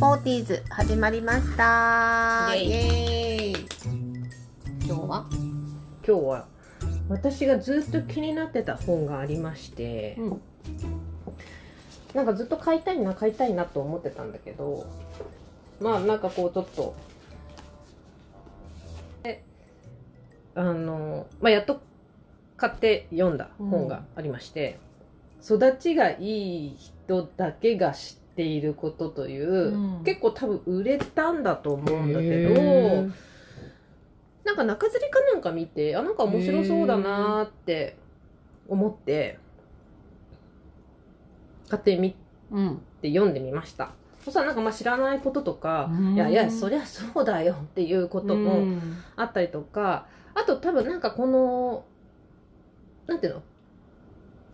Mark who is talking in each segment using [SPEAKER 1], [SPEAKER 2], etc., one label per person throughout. [SPEAKER 1] ポーティーズ始まりました
[SPEAKER 2] イ
[SPEAKER 1] イエーイ
[SPEAKER 2] 今日は
[SPEAKER 1] 今日は私がずっと気になってた本がありまして、
[SPEAKER 2] うん
[SPEAKER 1] なんかずっと買いたいな買いたいなと思ってたんだけどまあなんかこうちょっとであの、まあ、やっと買って読んだ本がありまして「育ちがいい人だけが知っていること」という、
[SPEAKER 2] うん
[SPEAKER 1] 結構多分売れたんだと思うんだけ
[SPEAKER 2] へ
[SPEAKER 1] ど
[SPEAKER 2] ー。
[SPEAKER 1] なんか中吊りかなんか見てあなんか面白そうだなーって思って買ってみ
[SPEAKER 2] うん
[SPEAKER 1] って読んでみましたそしたらなんかまあ知らないこととか
[SPEAKER 2] うん
[SPEAKER 1] いやいやそりゃそうだよっていうこと
[SPEAKER 2] う
[SPEAKER 1] も
[SPEAKER 2] ん
[SPEAKER 1] あったりとかあと多分なんかこのなんていうの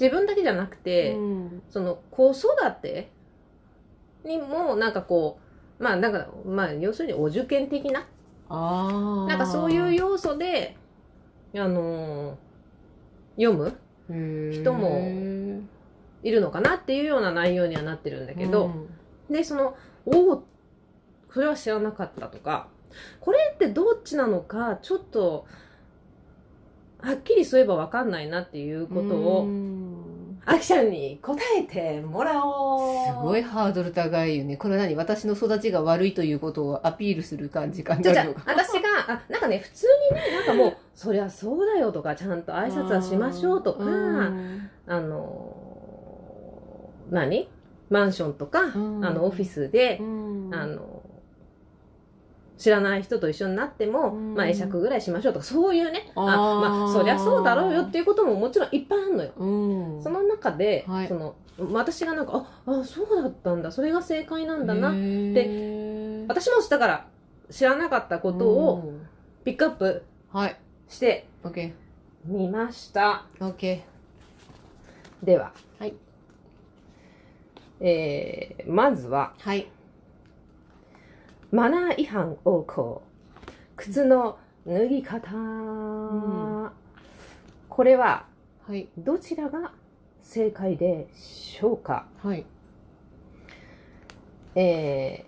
[SPEAKER 1] 自分だけじゃなくて、
[SPEAKER 2] うん
[SPEAKER 1] その子育てにもなんかこうまあなんかまあ要するにお受験的な
[SPEAKER 2] あー
[SPEAKER 1] なんかそういう要素で、あのー読む人もいるのかなっていうような内容にはなってるんだけど、でその「おおそれは知らなかった」とかこれってどっちなのかちょっとはっきりそういえば分かんないなっていうことを、あきちゃんに答えてもらおう
[SPEAKER 2] すごいハードル高いよねこれ何私の育ちが悪いということをアピールする感じか
[SPEAKER 1] じゃあじ
[SPEAKER 2] な
[SPEAKER 1] ゃ
[SPEAKER 2] るの
[SPEAKER 1] あ
[SPEAKER 2] か
[SPEAKER 1] 私があなんかね普通にねなんかもう「そりゃそうだよ」とか「ちゃんと挨拶はしましょう」とか。
[SPEAKER 2] うん
[SPEAKER 1] あのー何マンションとか、
[SPEAKER 2] うん
[SPEAKER 1] あのオフィスで
[SPEAKER 2] う、ん
[SPEAKER 1] あのー知らない人と一緒になっても、
[SPEAKER 2] うん
[SPEAKER 1] まあ、会釈ぐらいしましょうとかそういうねあ
[SPEAKER 2] あー
[SPEAKER 1] まあそりゃそうだろうよっていうことももちろんいっぱいあるのよ。
[SPEAKER 2] うん
[SPEAKER 1] その中で、
[SPEAKER 2] はい
[SPEAKER 1] その私がなんかああそうだったんだそれが正解なんだな、
[SPEAKER 2] へー
[SPEAKER 1] 私もだから知らなかったことを
[SPEAKER 2] うん
[SPEAKER 1] ピックアップ
[SPEAKER 2] はい
[SPEAKER 1] して
[SPEAKER 2] OK
[SPEAKER 1] みました。
[SPEAKER 2] OK
[SPEAKER 1] では、
[SPEAKER 2] はい
[SPEAKER 1] えーまずは
[SPEAKER 2] はい
[SPEAKER 1] マナー違反横行靴の脱ぎ方、
[SPEAKER 2] ん
[SPEAKER 1] これは
[SPEAKER 2] はい
[SPEAKER 1] どちらが正解でしょうか、
[SPEAKER 2] はい
[SPEAKER 1] え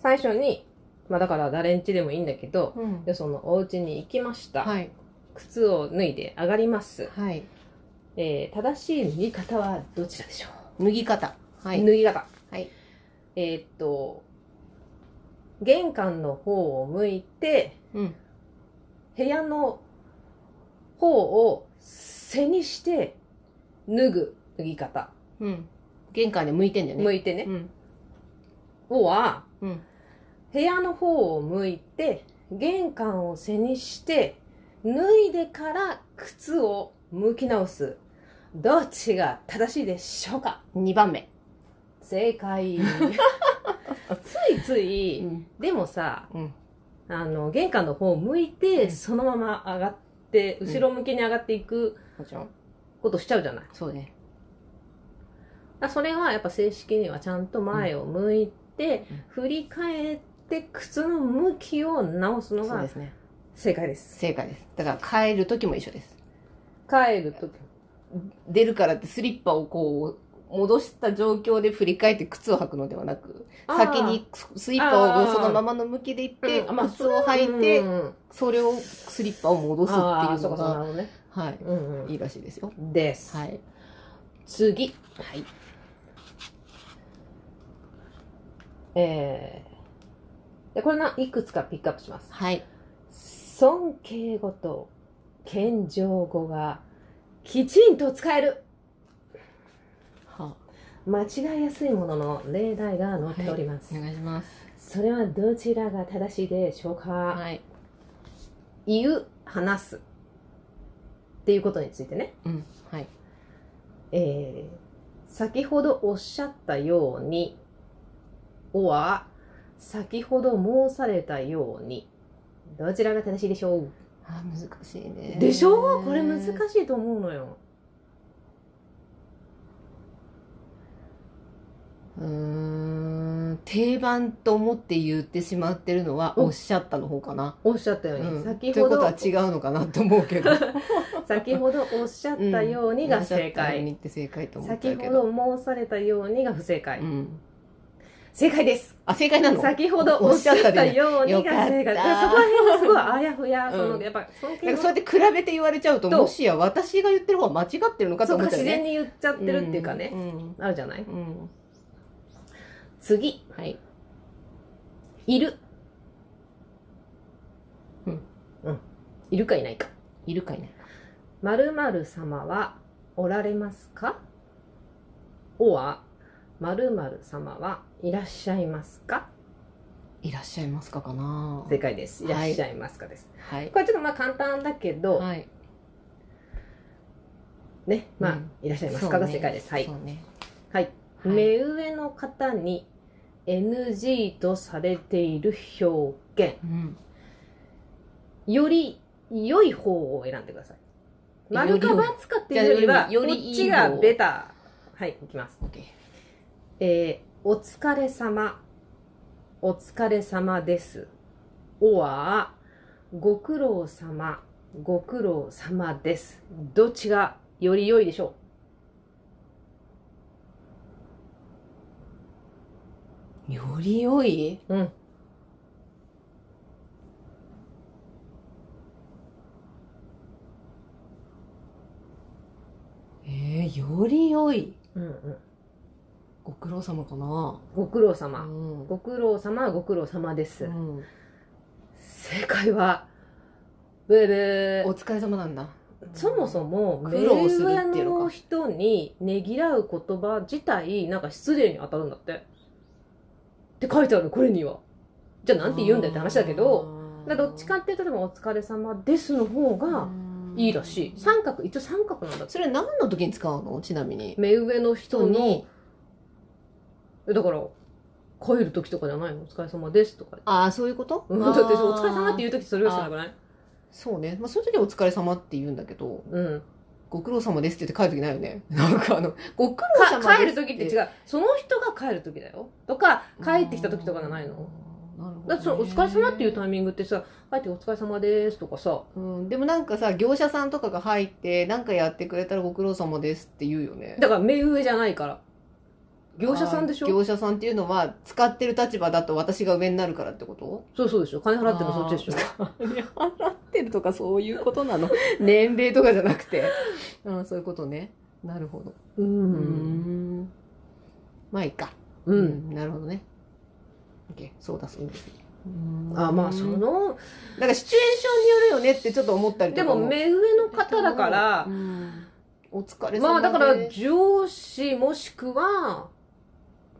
[SPEAKER 1] ー最初に、まあ、だから誰ん家でもいいんだけど
[SPEAKER 2] うん
[SPEAKER 1] でそのお家に行きました、
[SPEAKER 2] はい
[SPEAKER 1] 靴を脱いで上がります、
[SPEAKER 2] はい
[SPEAKER 1] えー正しい脱ぎ方はどちらでしょ
[SPEAKER 2] 脱ぎ方は
[SPEAKER 1] う、
[SPEAKER 2] い
[SPEAKER 1] 脱ぎ方
[SPEAKER 2] はい
[SPEAKER 1] えーっと玄関の方を向いて
[SPEAKER 2] うん
[SPEAKER 1] 部屋の方を背にして脱ぐ脱ぎ方、
[SPEAKER 2] うん玄関で向いてんだよね
[SPEAKER 1] 向いてね
[SPEAKER 2] うん
[SPEAKER 1] は、
[SPEAKER 2] うん
[SPEAKER 1] 部屋の方を向いて玄関を背にして脱いでから靴を向き直すどっちが正しいでしょうか
[SPEAKER 2] 2番目
[SPEAKER 1] 正解ついつい、
[SPEAKER 2] ん
[SPEAKER 1] でもさ、
[SPEAKER 2] うん
[SPEAKER 1] あの玄関の方を向いて、
[SPEAKER 2] うん
[SPEAKER 1] そのまま上がって
[SPEAKER 2] ん
[SPEAKER 1] 後ろ向きに上がっていく
[SPEAKER 2] もちろん
[SPEAKER 1] ことしちゃうじゃない、だか
[SPEAKER 2] そうね
[SPEAKER 1] らそれはやっぱ正式にはちゃんと前を向いて、振り返って靴の向きを直すの
[SPEAKER 2] そう
[SPEAKER 1] が
[SPEAKER 2] ですね
[SPEAKER 1] 正解です
[SPEAKER 2] 正解ですだから帰る時も一緒です
[SPEAKER 1] 帰るとき
[SPEAKER 2] 出るからってスリッパをこう戻した状況で振り返って靴を履くのではなく
[SPEAKER 1] あー
[SPEAKER 2] 先にスリッパ
[SPEAKER 1] あ
[SPEAKER 2] を
[SPEAKER 1] ー
[SPEAKER 2] そのままの向きで行って、
[SPEAKER 1] うんあまあ
[SPEAKER 2] 靴を履いて、
[SPEAKER 1] うんうん
[SPEAKER 2] それをスリッパを戻すって
[SPEAKER 1] ああ
[SPEAKER 2] いう
[SPEAKER 1] そう
[SPEAKER 2] の
[SPEAKER 1] かそうかな
[SPEAKER 2] が
[SPEAKER 1] るほどね、
[SPEAKER 2] はい
[SPEAKER 1] うん
[SPEAKER 2] いいらしいですよ
[SPEAKER 1] うん、です、
[SPEAKER 2] はい
[SPEAKER 1] 次
[SPEAKER 2] はい
[SPEAKER 1] えー、でこれないくつかピックアップします
[SPEAKER 2] はい
[SPEAKER 1] 尊敬語と謙譲語がきちんと使える
[SPEAKER 2] は
[SPEAKER 1] 間違いやすいものの例題が載っております、
[SPEAKER 2] お願いします
[SPEAKER 1] それはどちらが正しいでしょうか、
[SPEAKER 2] はい
[SPEAKER 1] 言う話すっていうことについてね、
[SPEAKER 2] うんはい
[SPEAKER 1] えー先ほどおっしゃったようにおは先ほど申されたようにどちらが正しいでしょう
[SPEAKER 2] あー難しいね
[SPEAKER 1] でしょこれ難しいと思うのよ
[SPEAKER 2] うーん定番と思って言ってしまってるのは
[SPEAKER 1] うん
[SPEAKER 2] おっしゃったの方かな。
[SPEAKER 1] おっしゃったように、
[SPEAKER 2] うん、とい
[SPEAKER 1] 先
[SPEAKER 2] う
[SPEAKER 1] ほ
[SPEAKER 2] こ
[SPEAKER 1] ど
[SPEAKER 2] とは違うのかなと思うけど。
[SPEAKER 1] 先ほどおっしゃったようにが正
[SPEAKER 2] おっしゃったようにっ
[SPEAKER 1] 解、
[SPEAKER 2] て正解と思った
[SPEAKER 1] 先
[SPEAKER 2] け
[SPEAKER 1] ほ
[SPEAKER 2] ど。
[SPEAKER 1] ど申されたようにが不正解、
[SPEAKER 2] うん
[SPEAKER 1] 正解です。
[SPEAKER 2] あ、正解なの
[SPEAKER 1] 先ほどお
[SPEAKER 2] お
[SPEAKER 1] っ
[SPEAKER 2] っ
[SPEAKER 1] し
[SPEAKER 2] し
[SPEAKER 1] ゃ
[SPEAKER 2] ゃ
[SPEAKER 1] っ
[SPEAKER 2] った
[SPEAKER 1] た
[SPEAKER 2] ね
[SPEAKER 1] ように
[SPEAKER 2] よか
[SPEAKER 1] が
[SPEAKER 2] った
[SPEAKER 1] 正解。だからそこら辺はすごいあやふや、その、
[SPEAKER 2] うん
[SPEAKER 1] やっぱ、尊
[SPEAKER 2] な
[SPEAKER 1] 敬
[SPEAKER 2] ん
[SPEAKER 1] の
[SPEAKER 2] かそうやって比べて言われちゃうと、
[SPEAKER 1] と
[SPEAKER 2] もしや私が言ってる方が間違ってるのかと
[SPEAKER 1] そう
[SPEAKER 2] 思
[SPEAKER 1] か
[SPEAKER 2] っちゃう
[SPEAKER 1] 自
[SPEAKER 2] よ
[SPEAKER 1] 然
[SPEAKER 2] ね。
[SPEAKER 1] に言っちゃってるっていうかね、
[SPEAKER 2] うん。
[SPEAKER 1] あるじゃない
[SPEAKER 2] うん。うん
[SPEAKER 1] 次
[SPEAKER 2] はい。
[SPEAKER 1] いる
[SPEAKER 2] うん
[SPEAKER 1] うんいるかいないか
[SPEAKER 2] いるかいない。
[SPEAKER 1] まるまる様はおられますかおはまるまる様はいらっしゃいますか
[SPEAKER 2] いらっしゃいますかかな
[SPEAKER 1] 正解ですいら
[SPEAKER 2] は
[SPEAKER 1] っ
[SPEAKER 2] い
[SPEAKER 1] しゃいますかです、
[SPEAKER 2] はい。
[SPEAKER 1] これちょっとまあ簡単だけど、
[SPEAKER 2] はい。
[SPEAKER 1] ねまあ、
[SPEAKER 2] うん
[SPEAKER 1] いらっしゃいますかが正解です、はい
[SPEAKER 2] そうね。
[SPEAKER 1] はい、
[SPEAKER 2] はい
[SPEAKER 1] 目上の方に NG とされている表現
[SPEAKER 2] うん。
[SPEAKER 1] より良い方を選んでください。
[SPEAKER 2] え
[SPEAKER 1] 丸か
[SPEAKER 2] より良い
[SPEAKER 1] ×かっていうよりは、
[SPEAKER 2] じゃあよ
[SPEAKER 1] こ
[SPEAKER 2] り
[SPEAKER 1] っ
[SPEAKER 2] 良い
[SPEAKER 1] ち
[SPEAKER 2] より
[SPEAKER 1] が
[SPEAKER 2] いい方
[SPEAKER 1] ベター。はい、いきます。
[SPEAKER 2] オッケー。
[SPEAKER 1] えー、お疲れ様。お疲れ様です。おは、ご苦労様。ご苦労様です。どっちがより良いでしょ
[SPEAKER 2] より良いう
[SPEAKER 1] うん。
[SPEAKER 2] えー、より良い
[SPEAKER 1] うんうん。
[SPEAKER 2] ご苦労様かな
[SPEAKER 1] ご苦労
[SPEAKER 2] う
[SPEAKER 1] 様。
[SPEAKER 2] ん。
[SPEAKER 1] ご苦労様はご苦労様です。
[SPEAKER 2] うん
[SPEAKER 1] 正解は、ブーブー
[SPEAKER 2] お。疲れ様なんだ。
[SPEAKER 1] そもそも
[SPEAKER 2] うん
[SPEAKER 1] 目
[SPEAKER 2] 苦労する
[SPEAKER 1] 上
[SPEAKER 2] っていうのか
[SPEAKER 1] の人にねぎらう言葉自体なんか失礼に当たるんだってって書いてあるこれにはじゃあなんて言うんだよって話だけど
[SPEAKER 2] あー、
[SPEAKER 1] だからどっちかっていうと例えば「お疲れ様です」の方がいいらしい三角一応三角なんだって
[SPEAKER 2] それ何の時に使うのちなみに。
[SPEAKER 1] 目上の人
[SPEAKER 2] 人
[SPEAKER 1] に
[SPEAKER 2] に、
[SPEAKER 1] だから帰る時とかじゃないの「お疲れ様です」とか
[SPEAKER 2] ああ、そういうこと
[SPEAKER 1] うんだって「お疲れ様」
[SPEAKER 2] 様
[SPEAKER 1] って言う時それぐらいしかなくない
[SPEAKER 2] そうね。まあ、そういう時はお疲れ様って言うんだけど、
[SPEAKER 1] うん
[SPEAKER 2] ご苦労様ですって言って帰る時ないよね。 なんかあの、ご苦労様
[SPEAKER 1] か帰
[SPEAKER 2] で
[SPEAKER 1] る
[SPEAKER 2] す
[SPEAKER 1] 時って違うその人が帰る時だよとか帰ってきた時とかじゃないの
[SPEAKER 2] あーなるほど、ね。
[SPEAKER 1] だってそのお疲れ様っていうタ
[SPEAKER 2] イ
[SPEAKER 1] イミングってさ、帰ってお疲れ様ですとかさ、
[SPEAKER 2] うん、でもなんかさ、業者さんとかが入って、なんかやってくれたらご苦労様ですって言うよね。
[SPEAKER 1] だから目上じゃないから。業者さんでし
[SPEAKER 2] あー
[SPEAKER 1] ょ
[SPEAKER 2] 業者さんっていうのは、使ってる立場だと私が上になるからってこと
[SPEAKER 1] そうそうでしょ金払ってるのそっちでしょ
[SPEAKER 2] ょ払ってるとかそういうことな の年齢とかじゃなく て。うん、そういうことね。なるほど。う
[SPEAKER 1] う
[SPEAKER 2] ー
[SPEAKER 1] ん。
[SPEAKER 2] ん。まあいいか。
[SPEAKER 1] う。
[SPEAKER 2] うんん、なるほどね。OK、そうだそうです。
[SPEAKER 1] あ、まあその、
[SPEAKER 2] だからシチュエーションによるよねってちょっと思ったりと
[SPEAKER 1] で
[SPEAKER 2] か
[SPEAKER 1] も目上の方だから
[SPEAKER 2] う、んお疲れ様
[SPEAKER 1] まあだから
[SPEAKER 2] です
[SPEAKER 1] 上司もしくは、
[SPEAKER 2] うん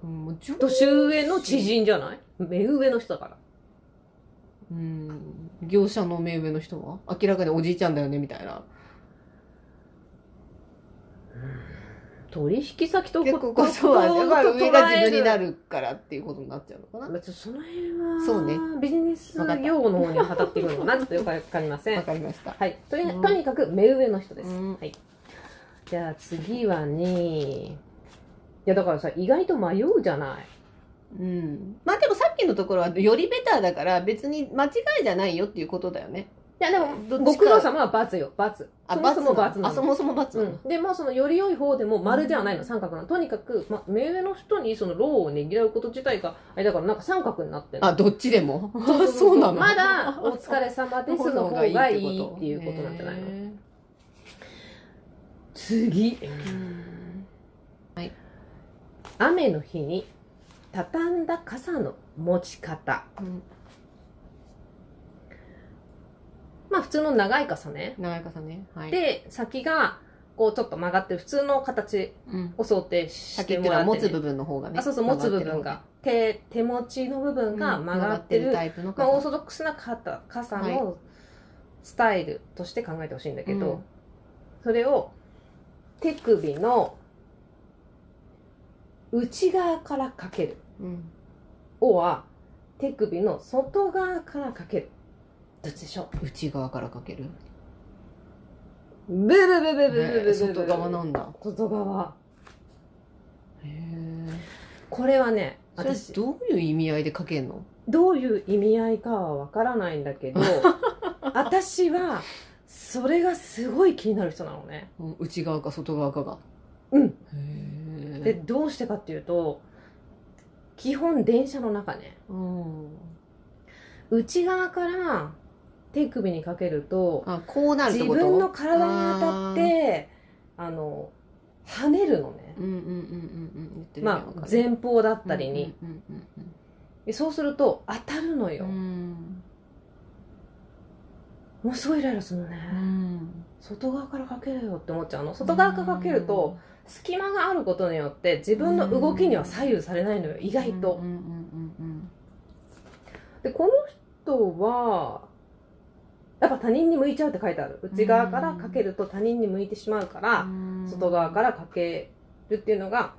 [SPEAKER 2] もうちょっと
[SPEAKER 1] 年上の知人じゃない目上の人だから。
[SPEAKER 2] うん業者の目上の人は明らかにおじいちゃんだよねみたいな
[SPEAKER 1] 取引先と
[SPEAKER 2] 結構ことは
[SPEAKER 1] と
[SPEAKER 2] だから上が自分にな
[SPEAKER 1] 捉える。
[SPEAKER 2] るからっていうことになっちゃうのかな
[SPEAKER 1] まあちょっとその辺は、
[SPEAKER 2] そうね。
[SPEAKER 1] ビジネス用の方に当たってくるのかなちょっとよくわかりません
[SPEAKER 2] わ。かりました
[SPEAKER 1] はい。とりあえず
[SPEAKER 2] うん
[SPEAKER 1] とにかく目上の人です。
[SPEAKER 2] うん
[SPEAKER 1] はい。じゃあ次はね、いやだからさ、意外と迷うじゃない。
[SPEAKER 2] うんまあでもさっきのところはよりベターだから別に間違いじゃないよっていうことだよね
[SPEAKER 1] いやでも、
[SPEAKER 2] どっちか
[SPEAKER 1] ご苦労様は×よ、×。
[SPEAKER 2] あ
[SPEAKER 1] そもそも
[SPEAKER 2] 罰な
[SPEAKER 1] ×
[SPEAKER 2] の
[SPEAKER 1] な
[SPEAKER 2] あそ
[SPEAKER 1] の。
[SPEAKER 2] もそも罰
[SPEAKER 1] う
[SPEAKER 2] なの
[SPEAKER 1] ん、でもそのより良い方でも丸ではない
[SPEAKER 2] う
[SPEAKER 1] の、
[SPEAKER 2] ん
[SPEAKER 1] 三角なのとにかく、ま、目上の人にその労をねぎらうこと自体があれだからなんか三角になってる
[SPEAKER 2] あどっちでも
[SPEAKER 1] そうそ う
[SPEAKER 2] そうなの
[SPEAKER 1] まだ「お疲れ様です」の方がいいっていうこ となんじゃないの、
[SPEAKER 2] ね
[SPEAKER 1] 次
[SPEAKER 2] うん
[SPEAKER 1] 雨の日に畳んだ傘の持ち方
[SPEAKER 2] うん
[SPEAKER 1] まあ普通の長い傘ね。
[SPEAKER 2] 長岡さんねはい
[SPEAKER 1] で、先が、こうちょっと曲がってる普通の形
[SPEAKER 2] うん
[SPEAKER 1] を想定し
[SPEAKER 2] 先
[SPEAKER 1] て
[SPEAKER 2] っ
[SPEAKER 1] も
[SPEAKER 2] ての
[SPEAKER 1] ら
[SPEAKER 2] は
[SPEAKER 1] って、ね。
[SPEAKER 2] 持つ部分の方がね
[SPEAKER 1] あ、そうそう、持つ部分が。手、手持ちの部分が曲がってる。
[SPEAKER 2] 曲タイプの
[SPEAKER 1] まあ、
[SPEAKER 2] 傘
[SPEAKER 1] オーソドックスな肩傘のスタイルとして考えてほしいんだけど、
[SPEAKER 2] うん
[SPEAKER 1] それを手首の内側からかける。
[SPEAKER 2] うん
[SPEAKER 1] おは手首の外側からかける。どっちでしょ
[SPEAKER 2] 内側からかける
[SPEAKER 1] うブーブーブーブーブーブーブーブーブ
[SPEAKER 2] ね
[SPEAKER 1] ー
[SPEAKER 2] 外側なんだ
[SPEAKER 1] 外側。
[SPEAKER 2] へえ
[SPEAKER 1] これはね
[SPEAKER 2] それ
[SPEAKER 1] 私ど
[SPEAKER 2] どういう意味合いでかけるの
[SPEAKER 1] ういう意味合いかはわからないん だけど私はそれがすごい気になる人なのね
[SPEAKER 2] うん内側か外側かが
[SPEAKER 1] うん
[SPEAKER 2] へ
[SPEAKER 1] で
[SPEAKER 2] え
[SPEAKER 1] どうしてかっていうと基本電車の中ね
[SPEAKER 2] うん。
[SPEAKER 1] 内側から手首にかけると
[SPEAKER 2] あ、こうなるっ
[SPEAKER 1] 自
[SPEAKER 2] てこと
[SPEAKER 1] 分の体に当たっ。てあの跳ねるのね
[SPEAKER 2] あーうんうんうんうんうん。言ってるね
[SPEAKER 1] ま
[SPEAKER 2] わ
[SPEAKER 1] あ
[SPEAKER 2] かる
[SPEAKER 1] 前方だったりに、。
[SPEAKER 2] うんうんうん
[SPEAKER 1] でそうすると当たるのよ、
[SPEAKER 2] うんうん。
[SPEAKER 1] もうすごいイライラするのね、
[SPEAKER 2] うん。
[SPEAKER 1] 外側からかけるよって思っちゃうの外側からかけると、隙間があることによって自分の動きには左右されないのよ意
[SPEAKER 2] 意
[SPEAKER 1] 外と、
[SPEAKER 2] うんうんうん
[SPEAKER 1] でこの人はやっぱ他人に向いちゃうって書いてある内側からかけると他人に向いてしまうか
[SPEAKER 2] う
[SPEAKER 1] ら、
[SPEAKER 2] ん。
[SPEAKER 1] 外側からかけるっていうのが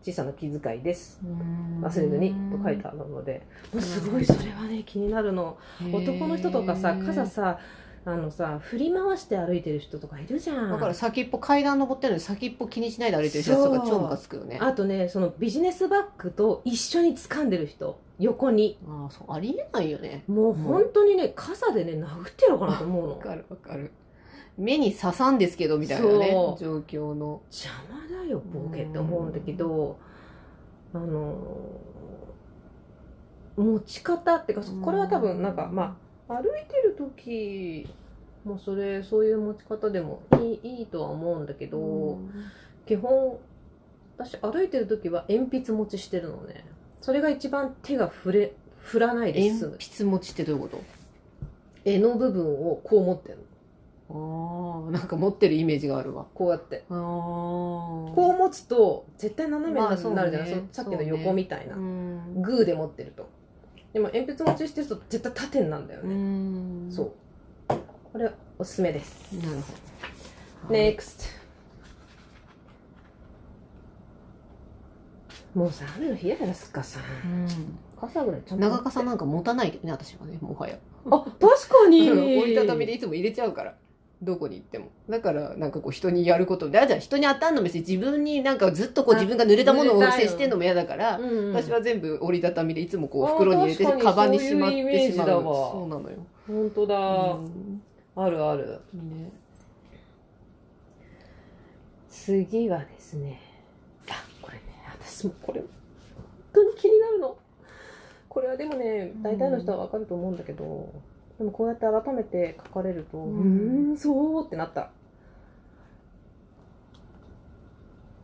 [SPEAKER 1] 小さな気遣いです
[SPEAKER 2] うん
[SPEAKER 1] 忘れずにと書いてあるので、
[SPEAKER 2] ん
[SPEAKER 1] すごいそれはね気になるの男の人とかさ
[SPEAKER 2] へー
[SPEAKER 1] 傘さあのさ振り回して歩いてる人とかいるじゃん
[SPEAKER 2] だから先っぽ階段登ってるのに先っぽ気にしないで歩いてる人とか超ムカつくよねあ
[SPEAKER 1] あとねそのビジネスバッグと一緒に掴んでる人横に
[SPEAKER 2] あーそうありえないよね
[SPEAKER 1] もう本当にね傘でね殴ってやろうかなと思うの
[SPEAKER 2] わかるわかる目に刺さんですけどみたいなね
[SPEAKER 1] そう
[SPEAKER 2] 状況の
[SPEAKER 1] 邪魔だよボケって思うんだけどあのー持ち方っていうかこれは多分なんかまあ歩いてる時もそれそういう持ち方でもいいいいとは思うんだけ
[SPEAKER 2] あ
[SPEAKER 1] ど、基本私歩いてる時は鉛筆持ちしてるのねそれが一番手が触れ振らないで
[SPEAKER 2] 鉛
[SPEAKER 1] 済む
[SPEAKER 2] 筆持ちってどういうこ
[SPEAKER 1] 柄の部分をこう持ってるの
[SPEAKER 2] とああなんか持ってるイメージがあるわ
[SPEAKER 1] こうやって
[SPEAKER 2] ああこ
[SPEAKER 1] こう持つと絶対斜めに
[SPEAKER 2] ま
[SPEAKER 1] なる
[SPEAKER 2] あ
[SPEAKER 1] じ
[SPEAKER 2] そ
[SPEAKER 1] ゃ
[SPEAKER 2] うね
[SPEAKER 1] ない、そのさっきの横みたいな、
[SPEAKER 2] うん
[SPEAKER 1] グーで持ってるとでも鉛筆持ちしてると絶対縦になるんだよ
[SPEAKER 2] う
[SPEAKER 1] ね、
[SPEAKER 2] ん
[SPEAKER 1] そうこれおすすめです
[SPEAKER 2] なるほど
[SPEAKER 1] NEXT もうさ雨の日やらすっかさ
[SPEAKER 2] うん
[SPEAKER 1] 傘ぐらいちゃんと
[SPEAKER 2] 長傘なんか持たないけどね私はねもはや
[SPEAKER 1] あ確かに
[SPEAKER 2] うん 折りたたみでいつも入れちゃうから。どこに行っても。だから、なんかこう人にやることも、あじゃあ人に当たんのもし、自分になんかずっとこう
[SPEAKER 1] あ
[SPEAKER 2] 自分が濡れたもの
[SPEAKER 1] 濡れ
[SPEAKER 2] を
[SPEAKER 1] たいの
[SPEAKER 2] 接してんのも嫌だから、
[SPEAKER 1] うんうん
[SPEAKER 2] 私は全部折りたたみでいつもこ
[SPEAKER 1] あー
[SPEAKER 2] う袋に入れて、
[SPEAKER 1] 確かに
[SPEAKER 2] カバンにしまっ
[SPEAKER 1] そういうイメー
[SPEAKER 2] て
[SPEAKER 1] ジ
[SPEAKER 2] しまう。
[SPEAKER 1] だ
[SPEAKER 2] そ
[SPEAKER 1] わ
[SPEAKER 2] うなのよ。
[SPEAKER 1] 本当だ、あるある
[SPEAKER 2] うんね
[SPEAKER 1] 次はですねあこれね私もこれ本当に気になるのこれはでもね
[SPEAKER 2] うん
[SPEAKER 1] 大体の人はわかると思うんだけど、でもこうやって改めて書かれるとう
[SPEAKER 2] うん
[SPEAKER 1] ーんそうってなった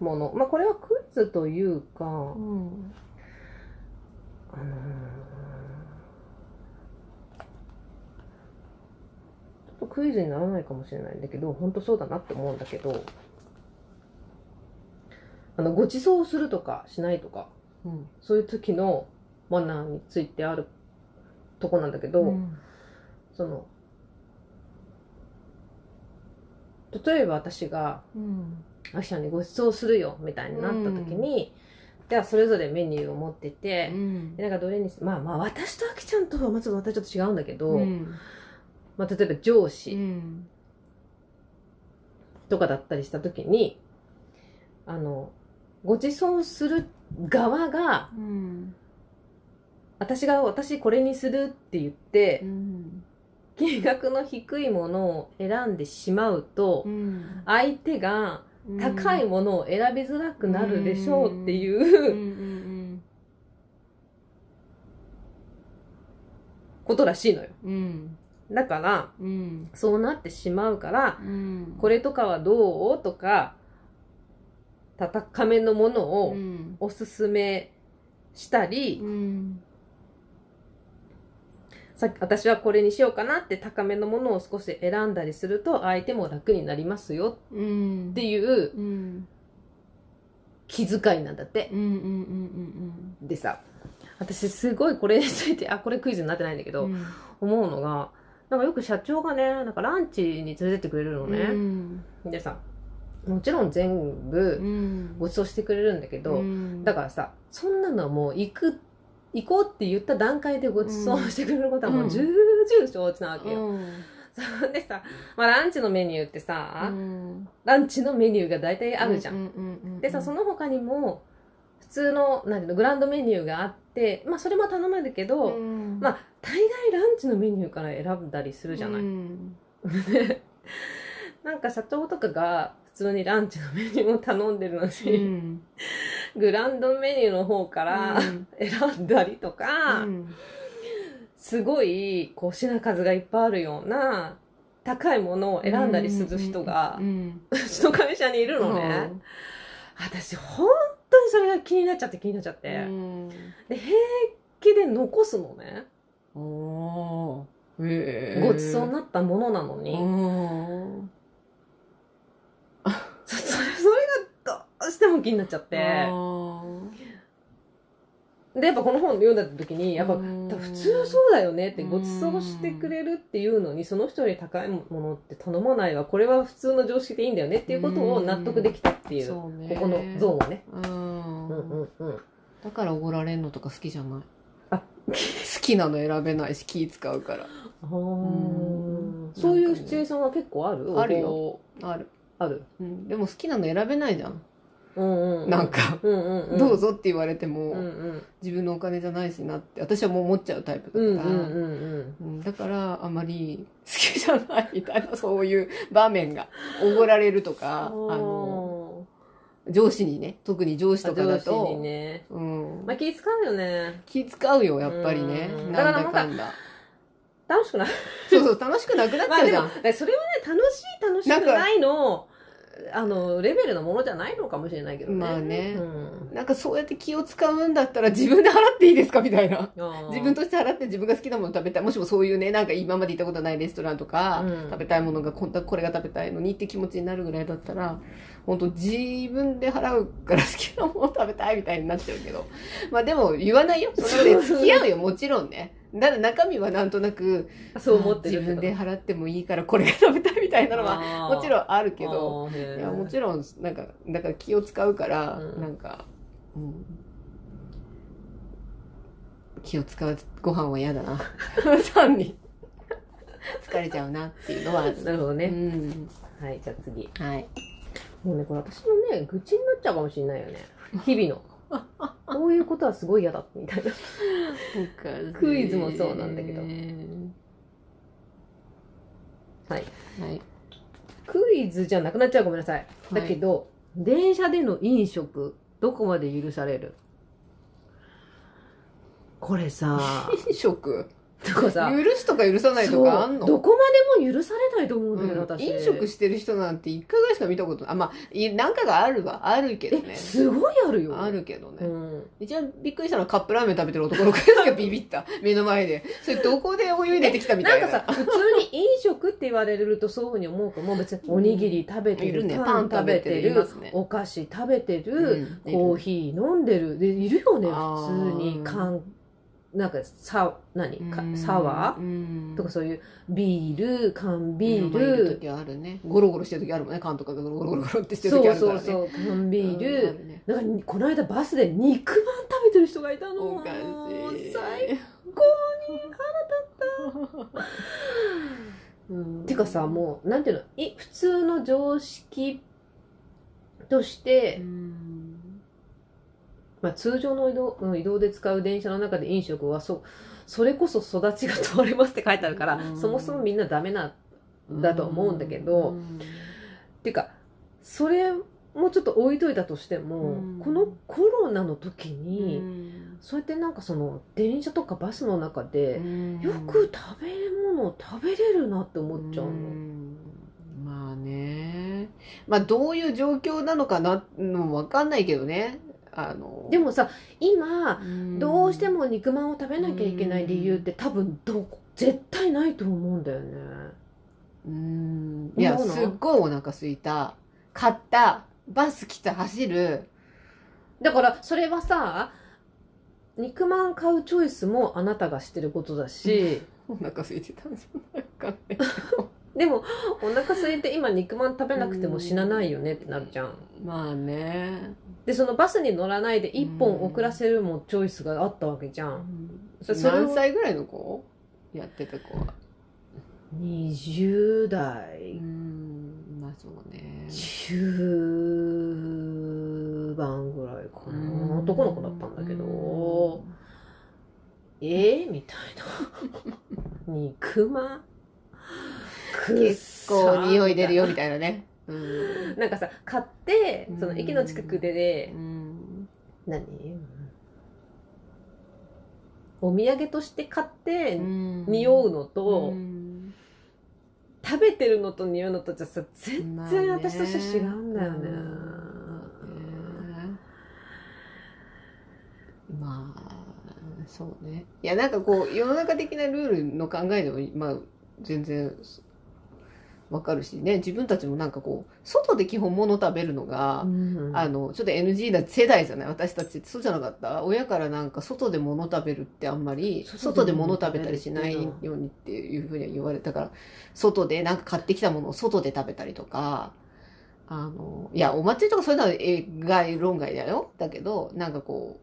[SPEAKER 1] ものまあこれはクイズというか、
[SPEAKER 2] うん
[SPEAKER 1] あのーちょっとクイズにならないかもしれないんだけど本当そうだなって思うんだけどあのご馳走をするとかしないとか
[SPEAKER 2] うん
[SPEAKER 1] そういう時のマナーについてあるとこなんだけど、
[SPEAKER 2] うん
[SPEAKER 1] その例えば私が
[SPEAKER 2] うん
[SPEAKER 1] 「あきちゃんにご馳走するよ」みたいになった時に、じゃあそれぞれメニューを持ってて、
[SPEAKER 2] うん
[SPEAKER 1] でなんかどれにしまあまあ私とあきちゃんとはまずまたちょっと違うんだけど、
[SPEAKER 2] うん
[SPEAKER 1] まあ、例えば上
[SPEAKER 2] う
[SPEAKER 1] 司
[SPEAKER 2] ん
[SPEAKER 1] とかだったりした時にあのご馳走する側が
[SPEAKER 2] うん
[SPEAKER 1] 私が私これにするって言って、
[SPEAKER 2] うん
[SPEAKER 1] 金額の低いものを選んでしまうと、
[SPEAKER 2] うん
[SPEAKER 1] 相手が高いものを選びづらくなるでしょうっていうううん
[SPEAKER 2] うん
[SPEAKER 1] ことらしいのよ。
[SPEAKER 2] うんうん
[SPEAKER 1] だから
[SPEAKER 2] うん
[SPEAKER 1] そうなってしまうから
[SPEAKER 2] うん
[SPEAKER 1] これとかはどうとか高めのものを、
[SPEAKER 2] うん
[SPEAKER 1] おすすめしたり、
[SPEAKER 2] うん
[SPEAKER 1] さっき私はこれにしようかなって高めのものを少し選んだりすると相手も楽になりますよ
[SPEAKER 2] うん
[SPEAKER 1] っていう
[SPEAKER 2] うん
[SPEAKER 1] 気遣いなんだって
[SPEAKER 2] うんうんうんうん
[SPEAKER 1] でさ私すごいこれについてあこれクイズになってないんだけ
[SPEAKER 2] う
[SPEAKER 1] ど、
[SPEAKER 2] ん
[SPEAKER 1] 思うのがなんかよく社長がねなんかランチに連れてってくれるの
[SPEAKER 2] うんう
[SPEAKER 1] ね、
[SPEAKER 2] ん
[SPEAKER 1] でさもちろん全
[SPEAKER 2] う
[SPEAKER 1] 部
[SPEAKER 2] ん
[SPEAKER 1] ご馳走してくれるんだけど、
[SPEAKER 2] うん
[SPEAKER 1] だからさそんなのはもう行く行こうって言った段階でご馳走してくれることはもう重々承知なわけよ、
[SPEAKER 2] うん
[SPEAKER 1] そうでさ、まあ、ランチのメニューってさ、
[SPEAKER 2] うん
[SPEAKER 1] ランチのメニューが大体あるじゃん。
[SPEAKER 2] うんうんうんうん
[SPEAKER 1] でさ、その他にも、普通の、なんていうの、グランドメニューがあって、まあ、それも頼めるけど、
[SPEAKER 2] うん
[SPEAKER 1] まあ、大概ランチのメニュー から選んだりするじゃない。
[SPEAKER 2] うん
[SPEAKER 1] なんか社長とかが、通にランチのメニューを頼んでるの
[SPEAKER 2] う
[SPEAKER 1] に、
[SPEAKER 2] ん
[SPEAKER 1] グランドメニューの方から
[SPEAKER 2] うん
[SPEAKER 1] 選んだりとか、
[SPEAKER 2] うん
[SPEAKER 1] すごいこう品数がいっぱいあるような高いものを選んだりする人が
[SPEAKER 2] う、ん
[SPEAKER 1] うちの会社にいるのね。私、本当にそれが気になっちゃって気になっちゃって。
[SPEAKER 2] うん
[SPEAKER 1] で、平気で残すのね。
[SPEAKER 2] おーへー
[SPEAKER 1] ごちそうになったものなのに。
[SPEAKER 2] うん
[SPEAKER 1] そそれそれがどうしても気になっちゃって。で、やっぱこの本読んだ時に、やっぱ、
[SPEAKER 2] うん
[SPEAKER 1] 普通そうだよねって
[SPEAKER 2] うん
[SPEAKER 1] ごちそうしてくれるっていうのにその人より高いものって頼まないわこれは普通の常識でいいんだよねっていうことを納得できたっていう、
[SPEAKER 2] そうね
[SPEAKER 1] ここのゾーンはね、
[SPEAKER 2] うん
[SPEAKER 1] うんうんうん、
[SPEAKER 2] だからおごられんのとか好きじゃない
[SPEAKER 1] あ
[SPEAKER 2] 好きなの選べないし気使うからん
[SPEAKER 1] そういうシチュエーションは結構ある
[SPEAKER 2] あるよある、
[SPEAKER 1] ある
[SPEAKER 2] うん、でも好きなの選べないじゃん、
[SPEAKER 1] うんうん
[SPEAKER 2] なんか、
[SPEAKER 1] うんうんうん
[SPEAKER 2] どうぞって言われても、
[SPEAKER 1] うんうん
[SPEAKER 2] 自分のお金じゃないしなって私はもう思っちゃうタイプ
[SPEAKER 1] う
[SPEAKER 2] だか
[SPEAKER 1] ん
[SPEAKER 2] ら、
[SPEAKER 1] うんうん
[SPEAKER 2] うんだからあまり好きじゃない みたいなそういう場面がおごられるとかあの
[SPEAKER 1] の
[SPEAKER 2] 上司にね特に上司とかだ
[SPEAKER 1] 上司に
[SPEAKER 2] と、
[SPEAKER 1] ね
[SPEAKER 2] うん
[SPEAKER 1] まあ気使うよね
[SPEAKER 2] 気使うよやっぱりね
[SPEAKER 1] うん
[SPEAKER 2] なんだかんだ
[SPEAKER 1] 楽しくない
[SPEAKER 2] そうそう楽しくなくなっち
[SPEAKER 1] まあ
[SPEAKER 2] ゃう
[SPEAKER 1] で
[SPEAKER 2] じゃ
[SPEAKER 1] も
[SPEAKER 2] ん、
[SPEAKER 1] それはね楽しい楽しくないのあのレベルのものじゃないのかもしれないけどね
[SPEAKER 2] まあね
[SPEAKER 1] うん
[SPEAKER 2] なんかそうやって気を使うんだったら自分で払っていいですかみたいな。
[SPEAKER 1] あー
[SPEAKER 2] 自分として払って自分が好きなもの食べたい。もしもそういうね、なんか今まで行ったことないレストランとか、
[SPEAKER 1] うん
[SPEAKER 2] 食べたいものがこんな、これが食べたいのにって気持ちになるぐらいだったら、本当自分で払うから好きなもの食べたいみたいになっちゃうけど。まあでも言わないよ。それで付き合うよ、もちろんね。だから中身はなんとなく、
[SPEAKER 1] そう思ってる
[SPEAKER 2] 自分で払ってもいいからこれが食べたいみたいなのは、
[SPEAKER 1] は
[SPEAKER 2] もちろんあるけど、
[SPEAKER 1] い
[SPEAKER 2] いやもちろんなんかだから気を使うから、
[SPEAKER 1] うん
[SPEAKER 2] なんか、うん、気を使うご飯は嫌だ な単に疲れちゃうなっていうのはある
[SPEAKER 1] なるほどね、
[SPEAKER 2] うん、
[SPEAKER 1] はいじゃあ次
[SPEAKER 2] はい
[SPEAKER 1] もうね、これ私のね、愚痴になっちゃうかもしれないよね。日々の。こういうことはすごい嫌だ、みたいな。クイズもそうなんだけどはい。
[SPEAKER 2] はい
[SPEAKER 1] クイズじゃなくなっちゃう、ごめんなさい。だけど、電車での飲食、どこまで許されるこ れさ、
[SPEAKER 2] 飲食
[SPEAKER 1] とかさ、
[SPEAKER 2] 許すとか許さないとかあん
[SPEAKER 1] そ
[SPEAKER 2] の
[SPEAKER 1] うどこまでも許されないと思うんだよね、
[SPEAKER 2] うん
[SPEAKER 1] 私。
[SPEAKER 2] 飲食してる人なんて一回ぐらいしか見たことあまあい何回かあるわあるけど
[SPEAKER 1] え、
[SPEAKER 2] ね
[SPEAKER 1] すごいあるよ。
[SPEAKER 2] あ。るけどね、
[SPEAKER 1] うん。
[SPEAKER 2] 一番びっくりしたのはカップラーメン食べてる男の子 がビビった。目の前で。それどこで泳いでてきたみた
[SPEAKER 1] ないん
[SPEAKER 2] な。
[SPEAKER 1] かさ、普通に飲食って言われるとそういうふうに思うかも、別におにぎり食べて
[SPEAKER 2] い
[SPEAKER 1] る、
[SPEAKER 2] るね。
[SPEAKER 1] パ
[SPEAKER 2] パ
[SPEAKER 1] ン
[SPEAKER 2] ン
[SPEAKER 1] 食
[SPEAKER 2] 食
[SPEAKER 1] べ
[SPEAKER 2] べ
[SPEAKER 1] て
[SPEAKER 2] て
[SPEAKER 1] る、
[SPEAKER 2] る。いますね。
[SPEAKER 1] お菓子食べてる、
[SPEAKER 2] うん
[SPEAKER 1] コーヒー飲んでるでいるよね
[SPEAKER 2] あー
[SPEAKER 1] 普通に缶なんかさ何かサワ
[SPEAKER 2] ー
[SPEAKER 1] ーとかそういうビール缶ビ
[SPEAKER 2] ビ
[SPEAKER 1] ー
[SPEAKER 2] ール。いる
[SPEAKER 1] ル、
[SPEAKER 2] 時あるね。ゴロゴロしてる時あるもんね。缶とかがゴロゴロゴロってしてる時
[SPEAKER 1] そ
[SPEAKER 2] あ
[SPEAKER 1] う
[SPEAKER 2] るか
[SPEAKER 1] そ
[SPEAKER 2] ら
[SPEAKER 1] う
[SPEAKER 2] ね。
[SPEAKER 1] そう缶ビー
[SPEAKER 2] うんあ
[SPEAKER 1] ル、
[SPEAKER 2] るね
[SPEAKER 1] なんかこの間バスで肉まん食べてる人がいたの
[SPEAKER 2] おかし
[SPEAKER 1] もう
[SPEAKER 2] い。
[SPEAKER 1] 最高に
[SPEAKER 2] うん。
[SPEAKER 1] てかさもうなんていうのい普通の常識として、
[SPEAKER 2] うん。
[SPEAKER 1] まあ、通常の移動うん移動で使う電車の中で飲食はそそれこそ育ちが問われますって書いてあるから、
[SPEAKER 2] うん
[SPEAKER 1] そもそもみんなダメなだと思うんだけど
[SPEAKER 2] うん
[SPEAKER 1] っていうかそれもちょっと置いといたとしても、
[SPEAKER 2] うん
[SPEAKER 1] このコロナの時
[SPEAKER 2] う
[SPEAKER 1] に、
[SPEAKER 2] ん
[SPEAKER 1] そうやってなんかその電車とかバスの中で、よく食べ物を食べれるなって思っちゃうの。
[SPEAKER 2] んまあねまあどういう状況なのかなのも分かんないけどねあの
[SPEAKER 1] でもさ今
[SPEAKER 2] うん
[SPEAKER 1] どうしても肉まんを食べなきゃいけない理由って多分どこ絶対ないと思うんだよね。
[SPEAKER 2] うんいや
[SPEAKER 1] 思うの
[SPEAKER 2] すっごいお腹すいた買ったバス来た走る
[SPEAKER 1] だからそれはさ肉まん買うチョイスもあなたがしてることだし、
[SPEAKER 2] お腹空いてたんじゃないか ね
[SPEAKER 1] でもお腹空いて今肉まん食べなくても死なないよねってなるじゃん。
[SPEAKER 2] まあね
[SPEAKER 1] でそのバスに乗らないで1本遅らせるもチョイスがあったわけじゃんそれを
[SPEAKER 2] 何歳ぐらいの子やってた子は
[SPEAKER 1] 20
[SPEAKER 2] う
[SPEAKER 1] 代
[SPEAKER 2] んまあそうね
[SPEAKER 1] 中盤ぐらいかな男の子だったんだけ
[SPEAKER 2] う
[SPEAKER 1] ど
[SPEAKER 2] ん
[SPEAKER 1] えー、みたい な肉まんくっさ
[SPEAKER 2] 結構匂い出るよみたいなね。うん
[SPEAKER 1] なんかさ買ってその
[SPEAKER 2] うん
[SPEAKER 1] 駅の近くでで、
[SPEAKER 2] うん
[SPEAKER 1] 何お土産として買って
[SPEAKER 2] うん
[SPEAKER 1] 匂うのと、
[SPEAKER 2] うん
[SPEAKER 1] 食べてるのと匂うのとじゃさ全
[SPEAKER 2] まあね
[SPEAKER 1] 然私として違うんだよね。
[SPEAKER 2] うんまあそうねいやなんかこう世の中的なルールの考えでもまあ全然わかるしね自分たちもなんかこう外で基本物食べるのが、
[SPEAKER 1] うん
[SPEAKER 2] あのちょっと NG だ世代じゃない私たちそうじゃなかった親からなんか外で物食べるってあんまり
[SPEAKER 1] 外
[SPEAKER 2] 外で
[SPEAKER 1] で物
[SPEAKER 2] 物
[SPEAKER 1] 食
[SPEAKER 2] 食べ
[SPEAKER 1] べた
[SPEAKER 2] た
[SPEAKER 1] り
[SPEAKER 2] り
[SPEAKER 1] し
[SPEAKER 2] し
[SPEAKER 1] な
[SPEAKER 2] ないいようにっていうふうには言われたから外でなんか買ってきたものを外で食べたりとかあのいやお祭りとかそういうのはえ外論外だよだけどなんかこ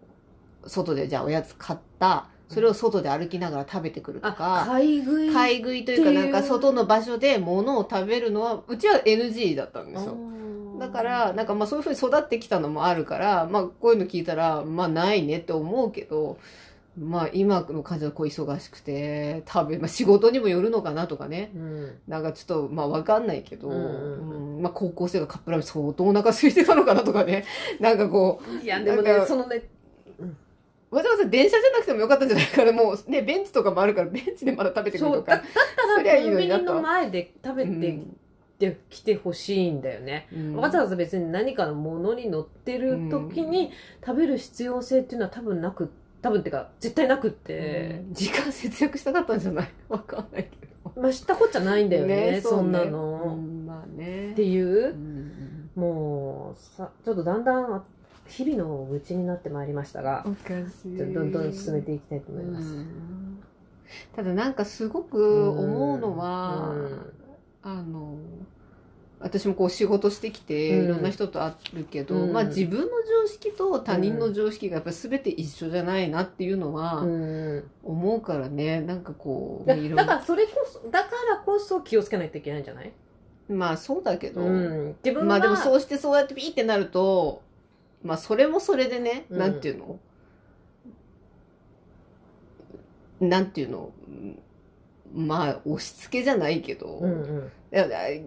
[SPEAKER 2] う外でじゃあおやつ買ったそれを外で歩きながら食べてくると
[SPEAKER 1] あ
[SPEAKER 2] か。
[SPEAKER 1] 買い食い
[SPEAKER 2] 買い食いというか、
[SPEAKER 1] ってい
[SPEAKER 2] な
[SPEAKER 1] うん
[SPEAKER 2] か外の場所で物を食べるのは、うちは NG だったんですよ。
[SPEAKER 1] あー
[SPEAKER 2] だから、なんかまあそういうふうに育ってきたのもあるから、まあこういうの聞いたら、まあないねって思うけど、まあ今の感じの子忙しくて、多分、まあ仕事にもよるのかなとかね。
[SPEAKER 1] うん
[SPEAKER 2] なんかちょっと、まあわかんないけど、
[SPEAKER 1] うんうんう
[SPEAKER 2] うんまあ高校生がカップラーメン相当お腹空いてたのかなとかね。なんかこ
[SPEAKER 1] いやでも
[SPEAKER 2] なん
[SPEAKER 1] ね
[SPEAKER 2] か
[SPEAKER 1] そのね
[SPEAKER 2] う、わざわざ電車じゃなくてもよかったんじゃないかな。もうね、ベンチとかもあるから、ベンチでまだ食べてくる
[SPEAKER 1] そ
[SPEAKER 2] と
[SPEAKER 1] うだだ
[SPEAKER 2] か
[SPEAKER 1] っ。
[SPEAKER 2] そ
[SPEAKER 1] た
[SPEAKER 2] りゃ
[SPEAKER 1] ら
[SPEAKER 2] いい
[SPEAKER 1] コン
[SPEAKER 2] の
[SPEAKER 1] ビ
[SPEAKER 2] にな
[SPEAKER 1] ニ
[SPEAKER 2] と
[SPEAKER 1] の前で食べてできてほしいんだよね、
[SPEAKER 2] うん
[SPEAKER 1] わざわざ別に何かのものに乗ってる時に食べる必要性っていうのは多分なく多分ってか絶対なくって、
[SPEAKER 2] うん時間節約したかったんじゃないわかんないけど。
[SPEAKER 1] まあ知ったこっちゃないんだよね
[SPEAKER 2] ね
[SPEAKER 1] そんな
[SPEAKER 2] う
[SPEAKER 1] の、
[SPEAKER 2] んまあね。
[SPEAKER 1] っていう
[SPEAKER 2] うん
[SPEAKER 1] もうさちょっとだんだん日々の愚痴になってまいりましたが
[SPEAKER 2] おかしい
[SPEAKER 1] ちょっとどんどん進めていきたいと思います、
[SPEAKER 2] うんただなんかすごく思うのは、あの私もこう仕事してきて
[SPEAKER 1] うん
[SPEAKER 2] いろんな人と会るけど、
[SPEAKER 1] うん
[SPEAKER 2] まあ、自分の常識と他人の常識がやっぱり全て一緒じゃないなっていうの
[SPEAKER 1] う
[SPEAKER 2] は
[SPEAKER 1] んうん
[SPEAKER 2] 思うからねなんかこうまあい
[SPEAKER 1] だ
[SPEAKER 2] ろん
[SPEAKER 1] だ
[SPEAKER 2] な
[SPEAKER 1] からそれこそだからこそ気をつけないといけないんじゃない、
[SPEAKER 2] まあそうだけど、
[SPEAKER 1] うん、自分は
[SPEAKER 2] まあでもそうしてそうやってピーってなると、まあそれもそれでね、
[SPEAKER 1] うん
[SPEAKER 2] なんていうのなんていうのうんまあ押し付けじゃないけど、
[SPEAKER 1] うんうん
[SPEAKER 2] いやい